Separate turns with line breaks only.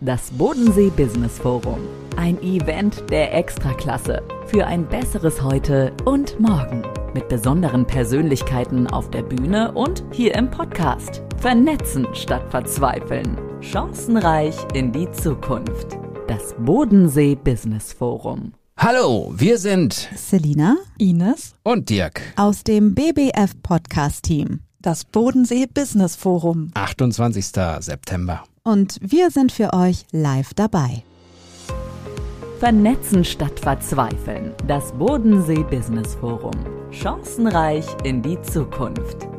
Das Bodensee Business Forum. Ein Event der Extraklasse für ein besseres Heute und Morgen. Mit besonderen Persönlichkeiten auf der Bühne und hier im Podcast. Vernetzen statt verzweifeln. Chancenreich in die Zukunft. Das Bodensee Business Forum.
Hallo, wir sind
Selina
Ines
und Dirk.
aus dem BBF Podcast Team.
das Bodensee Business Forum.
28. September.
Und wir sind für euch live dabei.
Vernetzen statt verzweifeln. Das Bodensee Business Forum. Chancenreich in die Zukunft.